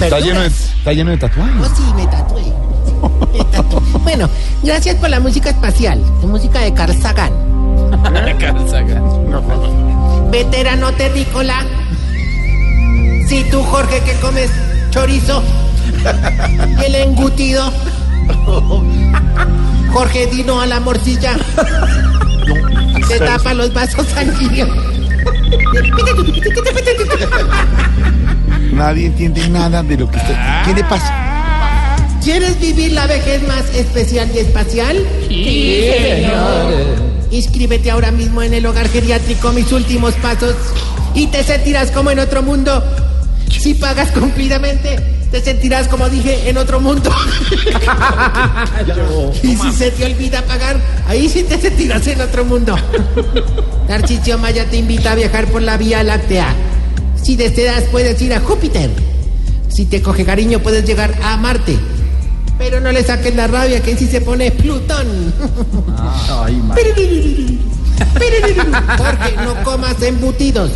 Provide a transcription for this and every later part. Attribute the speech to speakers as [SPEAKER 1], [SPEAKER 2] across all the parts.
[SPEAKER 1] Está lleno, de, está lleno de tatuajes.
[SPEAKER 2] Oh, sí, me tatué. Me tatué. Bueno, gracias por la música espacial, la música de Carl Sagan. Veterano terrícola. Si tú, Jorge, que comes chorizo, el engutido. Jorge, dino a la morcilla. Te tapa los vasos sanguíneos.
[SPEAKER 1] Nadie entiende nada de lo que está. ¿Qué le pasa?
[SPEAKER 2] ¿Quieres vivir la vejez más especial y espacial? Sí, señor. Inscríbete ahora mismo en el hogar geriátrico Mis Últimos Pasos y te sentirás como en otro mundo. Si pagas cumplidamente, te sentirás como dije en otro mundo. y si se te olvida pagar, ahí sí te sentirás en otro mundo. Narcisio Maya te invita a viajar por la Vía Láctea. Si deseas, puedes ir a Júpiter. Si te coge cariño, puedes llegar a Marte. Pero no le saques la rabia, que si se pone Plutón. Porque no comas embutidos.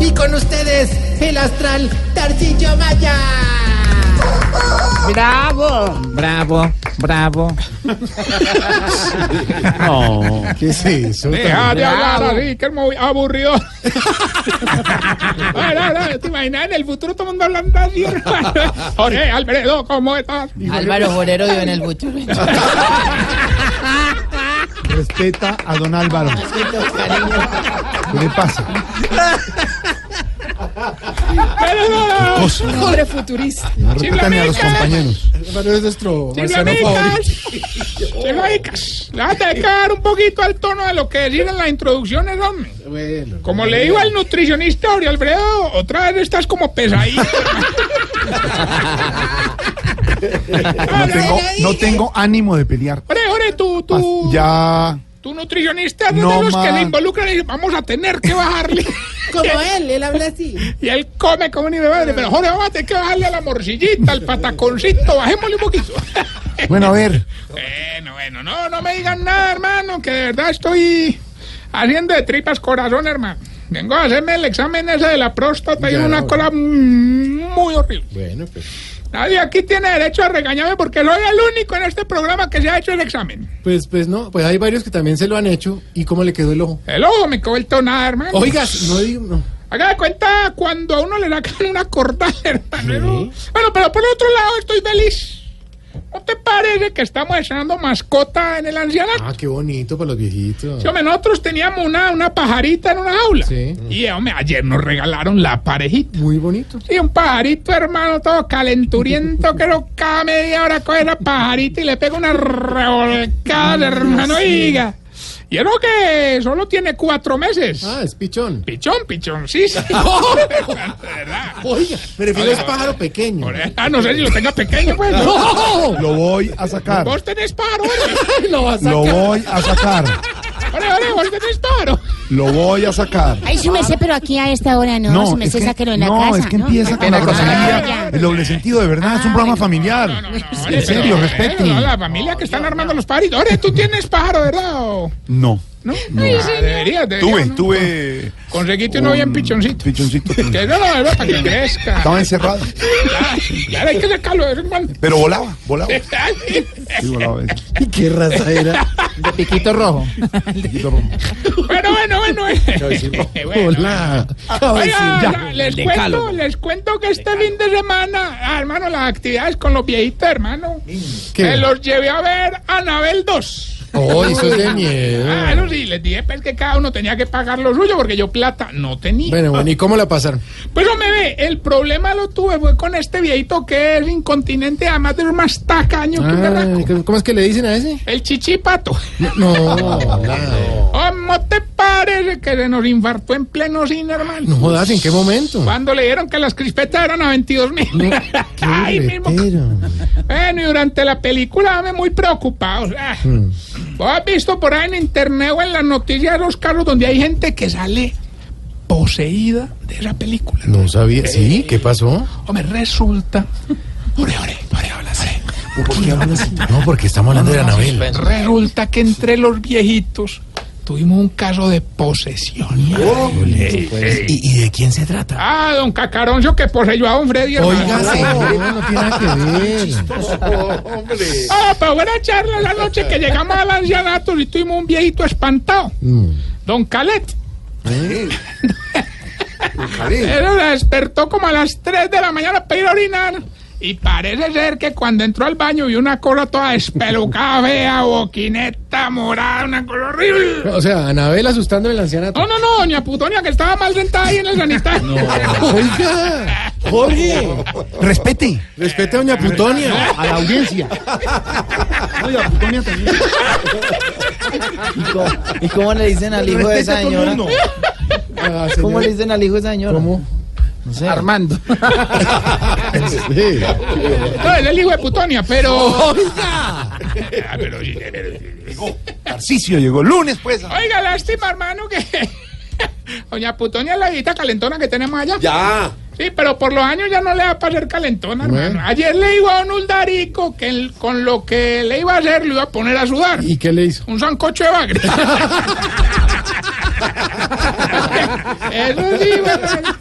[SPEAKER 2] Y con ustedes, el astral Tarcillo Maya.
[SPEAKER 3] Bravo, bravo, bravo.
[SPEAKER 1] ¿Qué es eso?
[SPEAKER 4] Deja de hablar así, que es muy aburrido. Ay, no, no, ¿Te imaginas en el futuro todo el mundo hablando así, hermano? Jorge, Alfredo, ¿cómo estás?
[SPEAKER 3] Álvaro Borero vive en el futuro.
[SPEAKER 1] Respeta a don Álvaro. ¿Qué le pasa?
[SPEAKER 4] Pero no, no,
[SPEAKER 1] Cosa, no
[SPEAKER 3] Pobre futurista.
[SPEAKER 1] respetan ni a los compañeros.
[SPEAKER 4] chiflamicas, chiflamicas. Déjate de caer un poquito al tono de lo que decían en las introducciones, hombre. Como le digo al nutricionista Ori Alfredo, otra vez estás como pesadito.
[SPEAKER 1] No tengo, no tengo ánimo de pelear.
[SPEAKER 4] Ore, ore, tú, tú.
[SPEAKER 1] Ah, Ya.
[SPEAKER 4] Tu nutricionista no,
[SPEAKER 1] No
[SPEAKER 4] de los que
[SPEAKER 1] más.
[SPEAKER 4] se involucran y dicen, vamos a tener que bajarle.
[SPEAKER 2] Como él, él habla así.
[SPEAKER 4] y él come como ni me
[SPEAKER 5] Eh.
[SPEAKER 4] madre. Pero Jorge, vamos a tener que bajarle a la morcillita, al pataconcito, bajémosle un poquito.
[SPEAKER 1] Bueno, a ver.
[SPEAKER 4] bueno, bueno, no, no me digan nada, hermano, que de verdad estoy haciendo de tripas corazón, hermano. Vengo a hacerme el examen ese de la próstata y una cola mm, muy horrible.
[SPEAKER 5] Bueno, pues,
[SPEAKER 4] Nadie aquí tiene derecho a regañarme porque soy el único en este programa que se ha hecho el examen.
[SPEAKER 5] pues, pues no, pues hay varios que también se lo han hecho y cómo le quedó el ojo.
[SPEAKER 4] El ojo me cobertó nada, hermano.
[SPEAKER 5] Oiga, no digo, no.
[SPEAKER 4] Haga de cuenta cuando a uno le sacan una corda, hermano. Eso- Bueno, pero por otro lado estoy feliz. ¿No te parece que estamos estrenando mascota en el ancianato?
[SPEAKER 5] Ah, qué bonito para los viejitos.
[SPEAKER 4] Sí, hombre, nosotros teníamos una, una pajarita en una jaula.
[SPEAKER 5] Ah. Sí.
[SPEAKER 4] Y hombre, ayer nos regalaron la parejita.
[SPEAKER 5] Muy bonito.
[SPEAKER 4] Y un pajarito, hermano, todo calenturiento, que no cada media hora coge la pajarita y le pega una revolcada,
[SPEAKER 5] Ah,
[SPEAKER 4] hermano, oiga. Y es lo que solo tiene cuatro meses.
[SPEAKER 5] Ah, es pichón.
[SPEAKER 4] Pichón, pichón, sí, sí. De verdad.
[SPEAKER 5] Oiga, prefiero es pájaro pequeño.
[SPEAKER 4] Ah, no sé si lo tenga pequeño, pues.
[SPEAKER 1] Lo voy a sacar.
[SPEAKER 4] Vos tenés paro, ¿eh? hombre.
[SPEAKER 5] Lo vas a
[SPEAKER 1] Lo voy a sacar.
[SPEAKER 4] Ore, ore, vos tenés paro.
[SPEAKER 1] Lo voy a sacar.
[SPEAKER 6] Ay, súmese, pero aquí a esta hora no,
[SPEAKER 1] No,
[SPEAKER 6] súmese,
[SPEAKER 1] es que,
[SPEAKER 6] sáquelo en la
[SPEAKER 1] no,
[SPEAKER 6] casa.
[SPEAKER 1] es que empieza con la
[SPEAKER 6] Ah,
[SPEAKER 1] grosería.
[SPEAKER 6] ya.
[SPEAKER 1] El doble sentido, de verdad, es un programa familiar.
[SPEAKER 4] No, no, no, ore,
[SPEAKER 1] En serio,
[SPEAKER 4] pero,
[SPEAKER 1] respeten.
[SPEAKER 4] eh, no, la familia que están armando los paritos. Ore, tú tienes pájaro, ¿verdad? O-
[SPEAKER 1] No.
[SPEAKER 4] ¿No? Ah, deberías, deberías,
[SPEAKER 1] Tuve,
[SPEAKER 4] ¿no?
[SPEAKER 1] tuve.
[SPEAKER 4] Conseguiste uno bien
[SPEAKER 1] un
[SPEAKER 4] pichoncito.
[SPEAKER 1] Pichoncito.
[SPEAKER 4] Que no, no, no, para que crezca.
[SPEAKER 1] Estaba encerrado.
[SPEAKER 4] Claro, hay que sacarlo, hermano.
[SPEAKER 1] Pero volaba, volaba. Sí,
[SPEAKER 4] Pero
[SPEAKER 1] volaba. eso.
[SPEAKER 5] ¿Qué raza era?
[SPEAKER 3] De piquito rojo.
[SPEAKER 1] Chiquito rojo.
[SPEAKER 4] bueno, bueno. eh. Bueno,
[SPEAKER 5] Hola.
[SPEAKER 4] Oiga,
[SPEAKER 5] Cabecilla.
[SPEAKER 4] la- les cuento, les cuento que este fin de semana, ah, hermano, las actividades con los viejitos, hermano.
[SPEAKER 5] ¿Qué?
[SPEAKER 4] Me los llevé a ver Anabel 2.
[SPEAKER 5] Oh, eso es de miedo.
[SPEAKER 4] Ah, eso sí, les dije pues, que cada uno tenía que pagar lo suyo porque yo plata no tenía.
[SPEAKER 5] Bueno, bueno, ¿y cómo la pasaron?
[SPEAKER 4] Pero me ve, el problema lo tuve fue con este viejito que es incontinente, además de más tacaño que un berraco.
[SPEAKER 5] Ah, ¿Cómo es que le dicen a ese?
[SPEAKER 4] El chichipato.
[SPEAKER 5] No, no.
[SPEAKER 4] Hombre, ¿Cómo te parece que se nos infartó en pleno cine, hermano?
[SPEAKER 5] No jodas, ¿en qué momento?
[SPEAKER 4] Cuando le dieron que las crispetas eran a 22 mil. Ay, mismo.
[SPEAKER 5] Pero,
[SPEAKER 4] Bueno, y durante la película me muy preocupado. o sea,
[SPEAKER 5] Mm.
[SPEAKER 4] ¿Vos has visto por ahí en internet o en las noticias los carros donde hay gente que sale poseída de esa película?
[SPEAKER 5] no sabía. ¿Sí? ¿Qué pasó?
[SPEAKER 4] Hombre, resulta. Ore, ore, ore, habla así.
[SPEAKER 5] No, porque estamos hablando de Anabel.
[SPEAKER 4] Resulta que entre los viejitos tuvimos un caso de posesión.
[SPEAKER 5] ¿Y, y de quién se trata?
[SPEAKER 4] Ah, don Cacaroncio que poseyó a don Freddy. hermano.
[SPEAKER 5] Oiga, señor, no tiene nada que ver.
[SPEAKER 4] Ah, pero buena charla la noche que llegamos al ancianato y tuvimos un viejito espantado.
[SPEAKER 5] Mm.
[SPEAKER 4] Don Calet. Pero la despertó como a las 3 de la mañana para ir a orinar. Y parece ser que cuando entró al baño vio una cosa toda espelucada, fea, boquineta, morada, una cosa horrible.
[SPEAKER 5] O sea, Anabel asustándome el ancianato.
[SPEAKER 4] No, no, no, doña Putonia, que estaba mal sentada ahí en el sanitario.
[SPEAKER 5] Oiga, Jorge, respete. Respete a doña Plutonia.
[SPEAKER 1] A la audiencia. Oiga, Ah, Plutonia también.
[SPEAKER 3] ¿Y cómo, y cómo le dicen al hijo de esa señora?
[SPEAKER 5] Ah, señor.
[SPEAKER 3] ¿Cómo le dicen al hijo de esa señora?
[SPEAKER 5] ¿Cómo?
[SPEAKER 3] No sé. Armando.
[SPEAKER 5] Sí.
[SPEAKER 4] No, él es el hijo de Putonia, pero. Ah,
[SPEAKER 7] Tarcicio llegó lunes, pues.
[SPEAKER 4] Oiga, lástima, hermano, que. Doña Putonia es la viejita calentona que tenemos allá.
[SPEAKER 7] Ya.
[SPEAKER 4] Sí, pero por los años ya no le va para hacer calentona,
[SPEAKER 5] Bueno.
[SPEAKER 4] hermano. Ayer le digo a un Uldarico que el- con lo que le iba a hacer le iba a poner a sudar.
[SPEAKER 5] ¿Y qué le hizo?
[SPEAKER 4] Un sancocho de bagre. Eso sí, bueno.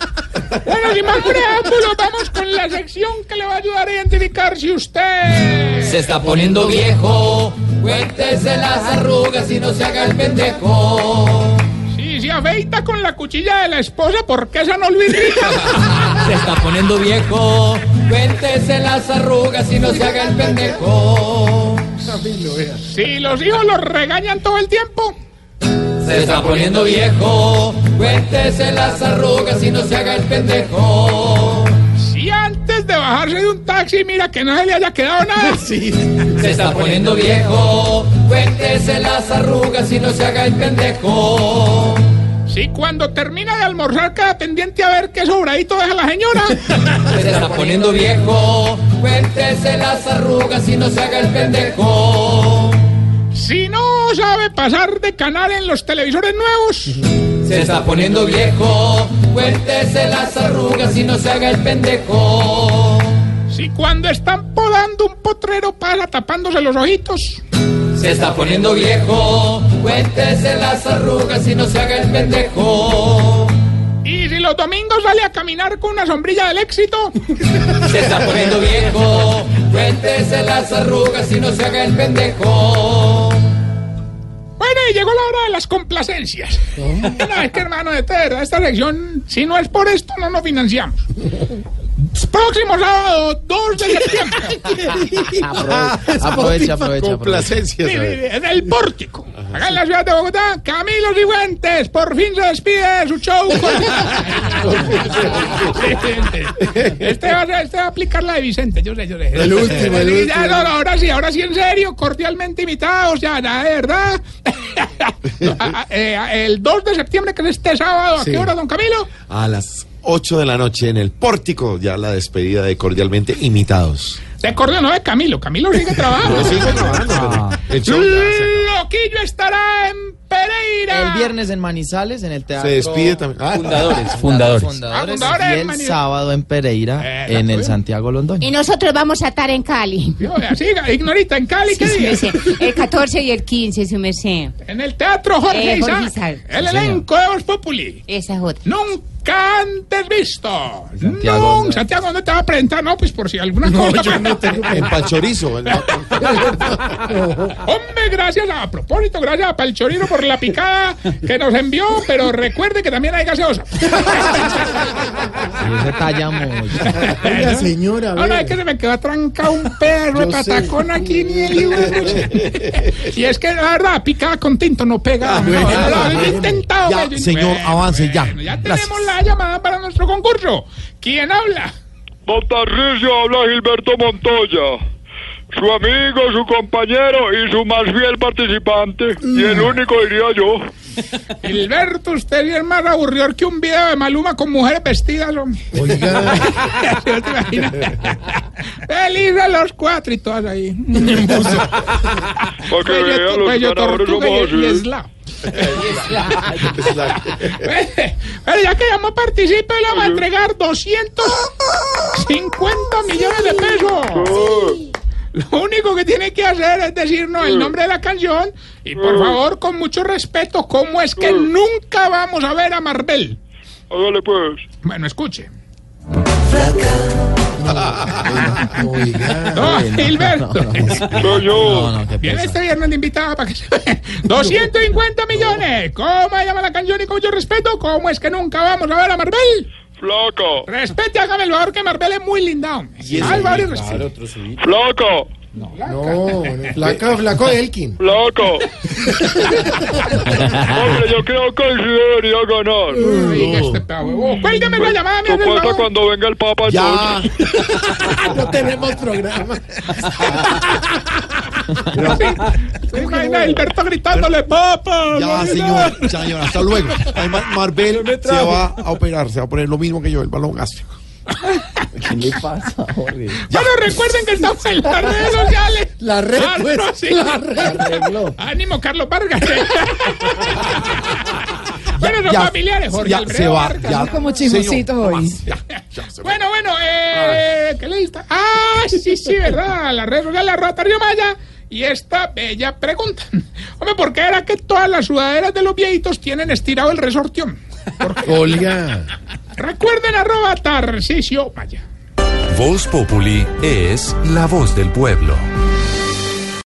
[SPEAKER 4] Bueno, sin más preámbulos, vamos con la sección que le va a ayudar a identificar si usted...
[SPEAKER 8] Se está poniendo viejo, cuéntese las arrugas y no se haga el pendejo.
[SPEAKER 4] Si se afeita con la cuchilla de la esposa, ¿por qué esa no lo irrita?
[SPEAKER 8] Se está poniendo viejo, cuéntese las arrugas y no se haga el pendejo.
[SPEAKER 4] Si los hijos los regañan todo el tiempo.
[SPEAKER 8] Se está poniendo viejo, cuéntese las arrugas y no se haga el pendejo.
[SPEAKER 4] Si antes de bajarse de un taxi, mira que no se le haya quedado nada.
[SPEAKER 8] Se está poniendo viejo, cuéntese las arrugas y no se haga el pendejo.
[SPEAKER 4] Si cuando termina de almorzar queda pendiente a ver qué sobradito deja la señora.
[SPEAKER 8] Se está poniendo viejo, cuéntese las arrugas y no se haga el pendejo.
[SPEAKER 4] Si no sabe pasar de canal en los televisores nuevos.
[SPEAKER 8] Se está poniendo viejo, cuéntese las arrugas y no se haga el pendejo.
[SPEAKER 4] Si cuando están podando un potrero para tapándose los ojitos.
[SPEAKER 8] Se está poniendo viejo, cuéntese las arrugas y no se haga el pendejo.
[SPEAKER 4] Y si los domingos sale a caminar con una sombrilla del éxito.
[SPEAKER 8] Se está poniendo viejo, cuéntese las arrugas y no se haga el pendejo.
[SPEAKER 4] Bueno, y llegó la hora de las complacencias. No, es que hermano, de verdad, esta elección, si no es por esto, no nos financiamos. Próximo sábado, 2 de septiembre,
[SPEAKER 7] Ah,
[SPEAKER 3] Aprovecha, aprovecha, aprovecha.
[SPEAKER 4] en el Pórtico, acá en la ciudad de Bogotá, Camilo Cifuentes, por fin se despide de su show. este, va, a ser- este va a aplicar la de Vicente, yo sé, yo sé.
[SPEAKER 5] El último, el
[SPEAKER 4] Ya, no, no, ahora sí, ahora sí, en serio, cordialmente invitados, ya, ya, de verdad. Ah, ah, eh, ah, el 2 de septiembre, que es este sábado, ¿a
[SPEAKER 5] Sí.
[SPEAKER 4] qué hora, don Camilo?
[SPEAKER 7] A las 8 de la noche en el pórtico, ya la despedida de cordialmente imitados. Ah.
[SPEAKER 4] De cordial, no de Camilo, Camilo sigue trabajando.
[SPEAKER 7] El show ya se-
[SPEAKER 4] Loquillo estará en Pereira.
[SPEAKER 3] El viernes en Manizales, en el teatro.
[SPEAKER 7] se despide también. Ah,
[SPEAKER 8] Fundadores,
[SPEAKER 3] Fundadores.
[SPEAKER 4] Ah, fundadores,
[SPEAKER 3] y el
[SPEAKER 4] Manizales.
[SPEAKER 3] sábado en Pereira,
[SPEAKER 4] Eh,
[SPEAKER 3] en
[SPEAKER 4] la
[SPEAKER 3] el
[SPEAKER 4] tuya.
[SPEAKER 3] Santiago Londoño.
[SPEAKER 6] Y nosotros vamos a estar en Cali.
[SPEAKER 4] Yo, siga, ignorita, en Cali, ¿qué
[SPEAKER 6] Sí, su
[SPEAKER 4] día?
[SPEAKER 6] merced. El 14 y el 15, su merced.
[SPEAKER 4] En el Teatro Jorge
[SPEAKER 6] Eh, Jorge
[SPEAKER 4] Isaac,
[SPEAKER 6] Isaac.
[SPEAKER 4] El
[SPEAKER 3] Sí,
[SPEAKER 4] elenco de Voz Populi.
[SPEAKER 6] Esa es otra.
[SPEAKER 4] Nunca antes visto.
[SPEAKER 3] Santiago,
[SPEAKER 4] Nun-
[SPEAKER 3] ¿no?
[SPEAKER 4] Santiago, ¿dónde te va a presentar? No, pues por si alguna cosa.
[SPEAKER 7] En Pachorizo.
[SPEAKER 4] Hombre, gracias a, a propósito, gracias a Palchorino por la picada que nos envió, pero recuerde que también hay gaseosa.
[SPEAKER 3] Y ese talla mucho.
[SPEAKER 5] Oiga, señora.
[SPEAKER 4] Ahora
[SPEAKER 5] vea.
[SPEAKER 4] Ah, es que se me quedó trancado un perro de
[SPEAKER 5] Yo sé.
[SPEAKER 4] patacón aquí ni el hijo de pucha. Y es que la verdad, picada con tinto no pega. no,
[SPEAKER 7] bueno,
[SPEAKER 4] no, lo he
[SPEAKER 7] bueno.
[SPEAKER 4] intentado.
[SPEAKER 7] Ya,
[SPEAKER 4] Bello.
[SPEAKER 7] señor, avance, ya.
[SPEAKER 4] Ya
[SPEAKER 7] Gracias.
[SPEAKER 4] tenemos la llamada para nuestro concurso. ¿Quién habla?
[SPEAKER 9] Montarricio habla Gilberto Montoya, su
[SPEAKER 4] Mm.
[SPEAKER 9] amigo, su compañero y su más fiel participante, y el único diría yo.
[SPEAKER 4] Gilberto, usted es más aburrido que un video de Maluma con mujeres vestidas, hombre. Oiga. ¡Feliz a los cuatro! Y todas ahí.
[SPEAKER 9] Para que
[SPEAKER 4] Cuello
[SPEAKER 9] vean
[SPEAKER 4] to-
[SPEAKER 9] los
[SPEAKER 4] cuello
[SPEAKER 9] ganadores
[SPEAKER 4] tortuga
[SPEAKER 9] somos
[SPEAKER 4] y- y
[SPEAKER 9] así.
[SPEAKER 4] slap. Bueno, ya que llamó participe, le va a entregar 250 millones de pesos. Lo único que tiene que hacer es decirnos el nombre de la canción y por favor, con mucho respeto, cómo es que nunca vamos a ver a Marvel.
[SPEAKER 9] Hágale pues.
[SPEAKER 4] Bueno, escuche.
[SPEAKER 5] Oiga. pues,
[SPEAKER 4] No, Gilberto.
[SPEAKER 9] Soy yo.
[SPEAKER 4] Viene este viernes de invitada para que se vea. 250 millones. ¿Cómo se llama la canción y con mucho respeto? ¿Cómo es que nunca vamos a ver a Marvel?
[SPEAKER 9] Flaca.
[SPEAKER 4] Respete a Gamel Valor, que Marvel es muy linda. hombre. Álvaro y respete.
[SPEAKER 9] Flaca.
[SPEAKER 5] No, no, flaca, flaco Elkin.
[SPEAKER 9] Flaca. Hombre, yo creo que sí debería ganar.
[SPEAKER 4] Oiga, este pavo, huevo. Cuélgueme la llamada, mi
[SPEAKER 9] Tú
[SPEAKER 4] Ángel
[SPEAKER 9] pasa
[SPEAKER 4] Valor.
[SPEAKER 9] cuando venga el Papa
[SPEAKER 7] Ya.
[SPEAKER 9] entonces.
[SPEAKER 5] No tenemos programa.
[SPEAKER 4] ¿Se imagina a Gilberto gritándole, papa.
[SPEAKER 7] Ya,
[SPEAKER 4] Marvel"?
[SPEAKER 7] señor, ya, señor, hasta luego. Además, Marvel se va a operar, se va a poner lo mismo que yo, el balón gástrico.
[SPEAKER 3] ¿Qué le pasa, Jorge?
[SPEAKER 4] Bueno, recuerden que estamos en las redes sociales.
[SPEAKER 5] La red,
[SPEAKER 4] Ah, no,
[SPEAKER 5] pues,
[SPEAKER 4] sí.
[SPEAKER 5] la red.
[SPEAKER 3] Arregló.
[SPEAKER 4] Ánimo, Carlos Vargas. bueno, los
[SPEAKER 7] Ya,
[SPEAKER 4] familiares, Jorge
[SPEAKER 7] ya,
[SPEAKER 4] Alfredo
[SPEAKER 7] se va,
[SPEAKER 4] Vargas.
[SPEAKER 7] ya.
[SPEAKER 3] Como chismosito
[SPEAKER 7] Señor, no
[SPEAKER 3] hoy.
[SPEAKER 7] más, ya, ya, se va.
[SPEAKER 4] Bueno, bueno, eh, ¿qué le diste? Ah, sí, sí, ¿verdad? La red social, la rata Río Maya. Y esta bella pregunta. Hombre, ¿por qué era que todas las sudaderas de los viejitos tienen estirado el resortión?
[SPEAKER 5] Oiga.
[SPEAKER 4] Recuerden arroba Tarcisio Maya.
[SPEAKER 10] Voz Populi es la voz del pueblo.